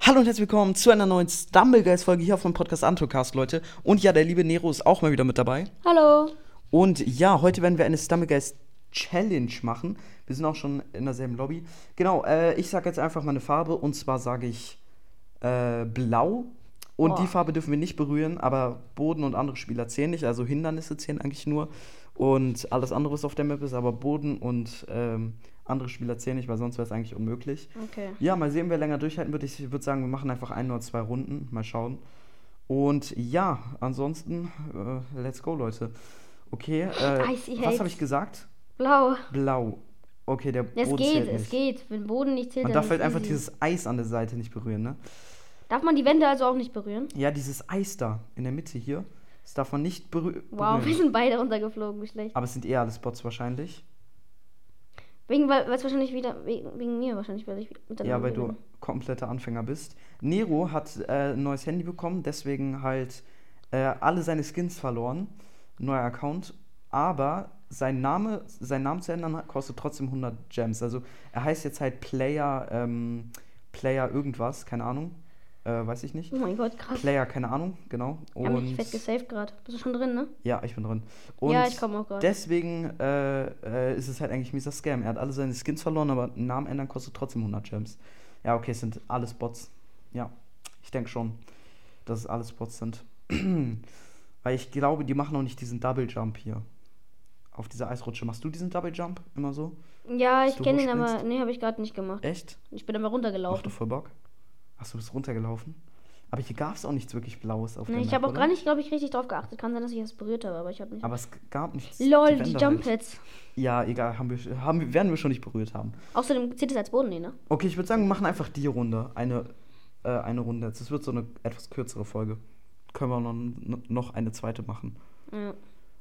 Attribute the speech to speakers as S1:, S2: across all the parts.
S1: Hallo und herzlich willkommen zu einer neuen Stumbleguys-Folge hier auf dem Podcast Antocast, Leute. Und ja, der liebe Nero ist auch mal wieder mit dabei.
S2: Hallo.
S1: Und ja, heute werden wir eine Stumbleguys-Challenge machen. Wir sind auch schon in derselben Lobby. Genau, äh, ich sage jetzt einfach mal eine Farbe und zwar sage ich äh, blau. Und
S2: Oh.
S1: die Farbe dürfen wir nicht berühren, aber Boden und andere Spieler zählen nicht, also Hindernisse zählen eigentlich nur. Und alles andere, was auf der Map ist, aber Boden und ähm, andere Spieler zählen nicht, weil sonst wäre es eigentlich unmöglich.
S2: Okay.
S1: Ja, mal sehen, wer länger durchhalten wird. Ich würde sagen, wir machen einfach ein oder zwei Runden. Mal schauen. Und ja, ansonsten, äh, let's go, Leute. Okay,
S2: Icy
S1: äh, was
S2: Hate.
S1: habe ich gesagt?
S2: Blau.
S1: Blau. Okay, der
S2: Ja, es
S1: Boden
S2: geht,
S1: zählt
S2: es
S1: nicht.
S2: geht. Wenn Boden nicht zählt,
S1: Man
S2: dann
S1: darf
S2: ist
S1: halt einfach
S2: easy.
S1: dieses Eis an der Seite nicht berühren, ne?
S2: Darf man die Wände also auch nicht berühren?
S1: Ja, dieses Eis da in der Mitte hier, das darf man nicht berü
S2: Wow, wir
S1: berühren.
S2: sind beide runtergeflogen, wie schlecht.
S1: Aber es sind eher alles Bots wahrscheinlich.
S2: Wegen, weil es wahrscheinlich wieder, wegen, wegen mir wahrscheinlich, weil ich wieder
S1: Ja, weil du kompletter Anfänger bist. Nero hat äh, ein neues Handy bekommen, deswegen halt äh, alle seine Skins verloren. Neuer Account. Aber sein Name, seinen Namen zu ändern, kostet trotzdem 100 Gems. Also er heißt jetzt halt Player, ähm, Player irgendwas, keine Ahnung. Äh, weiß ich nicht.
S2: Oh mein Gott, krass.
S1: Player, keine Ahnung, genau.
S2: Ich hab mich
S1: Und
S2: fett gesaved gerade. Bist du schon drin, ne?
S1: ja, ich bin drin. Und
S2: Ja, ich komm oh auch grad.
S1: Deswegen äh, äh, ist es halt eigentlich mieser Scam. Er hat alle seine Skins verloren, aber einen Namen ändern kostet trotzdem 100 Gems. Ja, okay, es sind alles Bots. Ja, ich denke schon, dass es alles Bots sind. Weil ich glaube, die machen auch nicht diesen Double Jump hier. Auf dieser Eisrutsche. Machst du diesen Double Jump immer so?
S2: Ja, ich
S1: du
S2: kenne ihn, aber
S1: hochspringst?
S2: nee, habe ich gerade nicht gemacht.
S1: Echt?
S2: Ich bin aber
S1: Macht doch
S2: runtergelaufen.
S1: voll Bock. Ach, du bist runtergelaufen. Aber hier gab es auch nichts wirklich Blaues auf
S2: Nee,
S1: der
S2: ich
S1: Map,
S2: habe auch
S1: oder?
S2: gar nicht, glaube ich, richtig drauf geachtet. Kann sein, dass ich das berührt habe, aber ich habe nicht.
S1: Aber es gab nichts.
S2: Lol, die
S1: Wände halt.
S2: Jumpheads.
S1: Ja, egal, haben wir, haben, wir- werden wir schon nicht berührt haben.
S2: Außerdem zählt es als Boden, nee, ne?
S1: Okay, ich würde sagen, wir machen einfach die Runde. Eine, äh, eine Runde. jetzt. Es wird so eine etwas kürzere Folge. Können wir noch, noch eine zweite machen.
S2: Ja.
S1: Hm.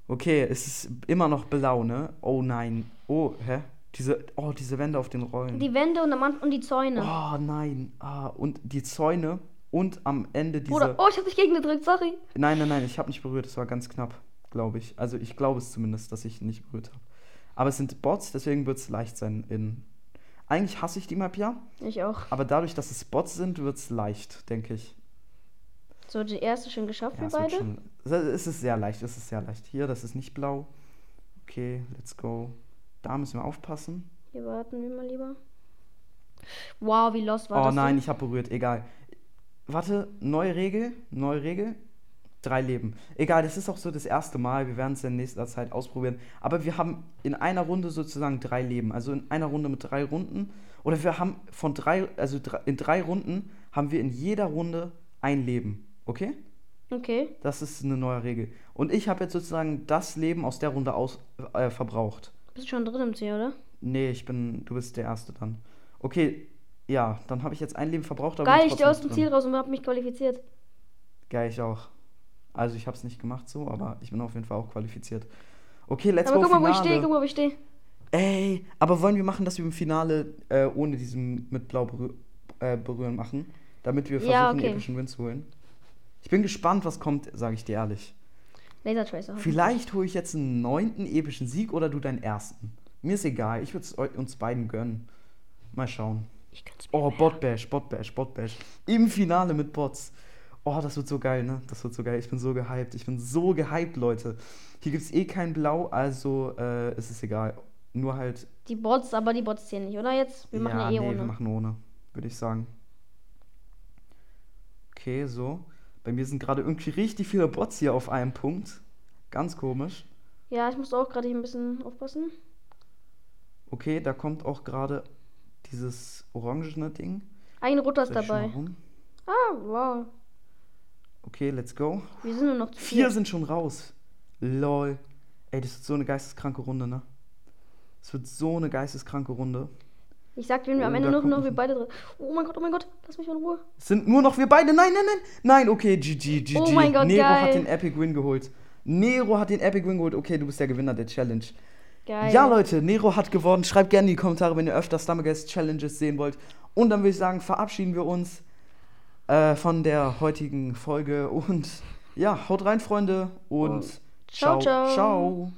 S1: Okay, es ist immer noch blau, ne? Oh nein. Oh, hä? Diese, oh, diese Wände auf den Rollen.
S2: Die Wände und, am Anfang- und die Zäune.
S1: oh nein. Ah, und die Zäune und am Ende diese.
S2: Oder, oh, ich habe dich gegengedrückt, sorry.
S1: Nein, nein, nein, ich habe nicht berührt. Es war ganz knapp, glaube ich. Also ich glaube es zumindest, dass ich nicht berührt habe. Aber es sind Bots, deswegen wird es leicht sein in. Eigentlich hasse ich die Map ja,
S2: Ich auch.
S1: aber dadurch, dass es Bots sind, wird es leicht, denke ich.
S2: So, die erste schon geschafft,
S1: Ja,
S2: wir
S1: es, wird
S2: beide.
S1: schon, es ist sehr leicht, es ist sehr leicht. Hier, das ist nicht blau. Okay, let's go. Da müssen wir aufpassen.
S2: Hier warten wir mal lieber. Wow, wie lost war
S1: oh
S2: das?
S1: nein,
S2: denn?
S1: ich habe berührt, egal. Warte, neue Regel, neue Regel. Drei Leben. Egal, das ist auch so das erste Mal. Wir werden es in nächster Zeit ausprobieren. Aber wir haben in einer Runde sozusagen drei Leben. Also in einer Runde mit drei Runden. Oder wir haben von drei, also dr- in drei Runden haben wir in jeder Runde ein Leben. Okay?
S2: Okay.
S1: Das ist eine neue Regel. Und ich habe jetzt sozusagen das Leben aus der Runde aus, äh, verbraucht.
S2: Bist du schon drin im Ziel, oder?
S1: Nee, ich bin, du bist der Erste dann. Okay, ja, dann habe ich jetzt ein Leben verbraucht. Aber bin
S2: Geil, ich stehe aus
S1: trotzdem
S2: dem
S1: drin.
S2: Ziel raus und hab mich qualifiziert.
S1: Geil, ich auch. Also ich habe es nicht gemacht so, aber ich bin auf jeden Fall auch qualifiziert. Okay, let's
S2: aber
S1: go
S2: guck mal, wo ich
S1: Finale.
S2: stehe, guck mal, wo ich stehe.
S1: Ey, aber wollen wir machen, dass wir im Finale äh, ohne diesen mit Blau berü äh, berühren machen, damit wir versuchen,
S2: Ja, okay.
S1: einen epischen Win zu holen? Ich bin gespannt, was kommt, sage ich dir ehrlich.
S2: Laser Tracer.
S1: Vielleicht hole ich jetzt einen neunten epischen Sieg oder du deinen ersten. Mir ist egal, ich würde es uns beiden gönnen. Mal schauen.
S2: Ich kann's mir
S1: Oh, Botbash, Botbash, Botbash. Im Finale mit Bots. Oh, das wird so geil, ne? Das wird so geil. Ich bin so gehypt. Ich bin so gehypt, Leute. Hier gibt's eh kein Blau, also äh, es ist egal. Nur halt.
S2: Die Bots, aber die Bots zählen nicht, oder jetzt? Wir machen eh
S1: ja,
S2: eine
S1: wir
S2: E-Runde.
S1: machen ohne, würde ich sagen. Okay, so. Bei mir sind gerade irgendwie richtig viele Bots hier auf einem Punkt. Ganz komisch.
S2: ja, ich muss auch gerade hier ein bisschen aufpassen.
S1: Okay, da kommt auch gerade dieses orangene Ding.
S2: Ein Roter ist
S1: Soll ich schon mal
S2: dabei.
S1: rum?
S2: Ah, wow.
S1: Okay, let's go.
S2: Wir sind nur noch zu
S1: Vier
S2: viert.
S1: sind schon raus. Lol. Ey, das wird so eine geisteskranke Runde, ne? Es wird so eine geisteskranke Runde.
S2: Ich sag, wenn wir am
S1: Oh,
S2: Ende
S1: da
S2: nur
S1: kommt
S2: noch
S1: noch
S2: wir
S1: ein-
S2: beide drin. Oh mein Gott, oh mein Gott, lass mich mal in Ruhe.
S1: Es sind nur noch wir beide. Nein, nein, nein. Nein, okay, GG, GG.
S2: Oh mein Gott,
S1: Nero hat
S2: geil.
S1: den Epic Win geholt. Nero hat den Epic Win geholt. Okay, du bist der Gewinner der Challenge.
S2: Geil.
S1: Ja, Leute, Nero hat gewonnen. Schreibt gerne in die Kommentare, wenn ihr öfter Stammergast Challenges sehen wollt. Und dann würde ich sagen, verabschieden wir uns äh, von der heutigen Folge. Und ja, haut rein, Freunde. Und
S2: Und ciao, ciao.
S1: ciao.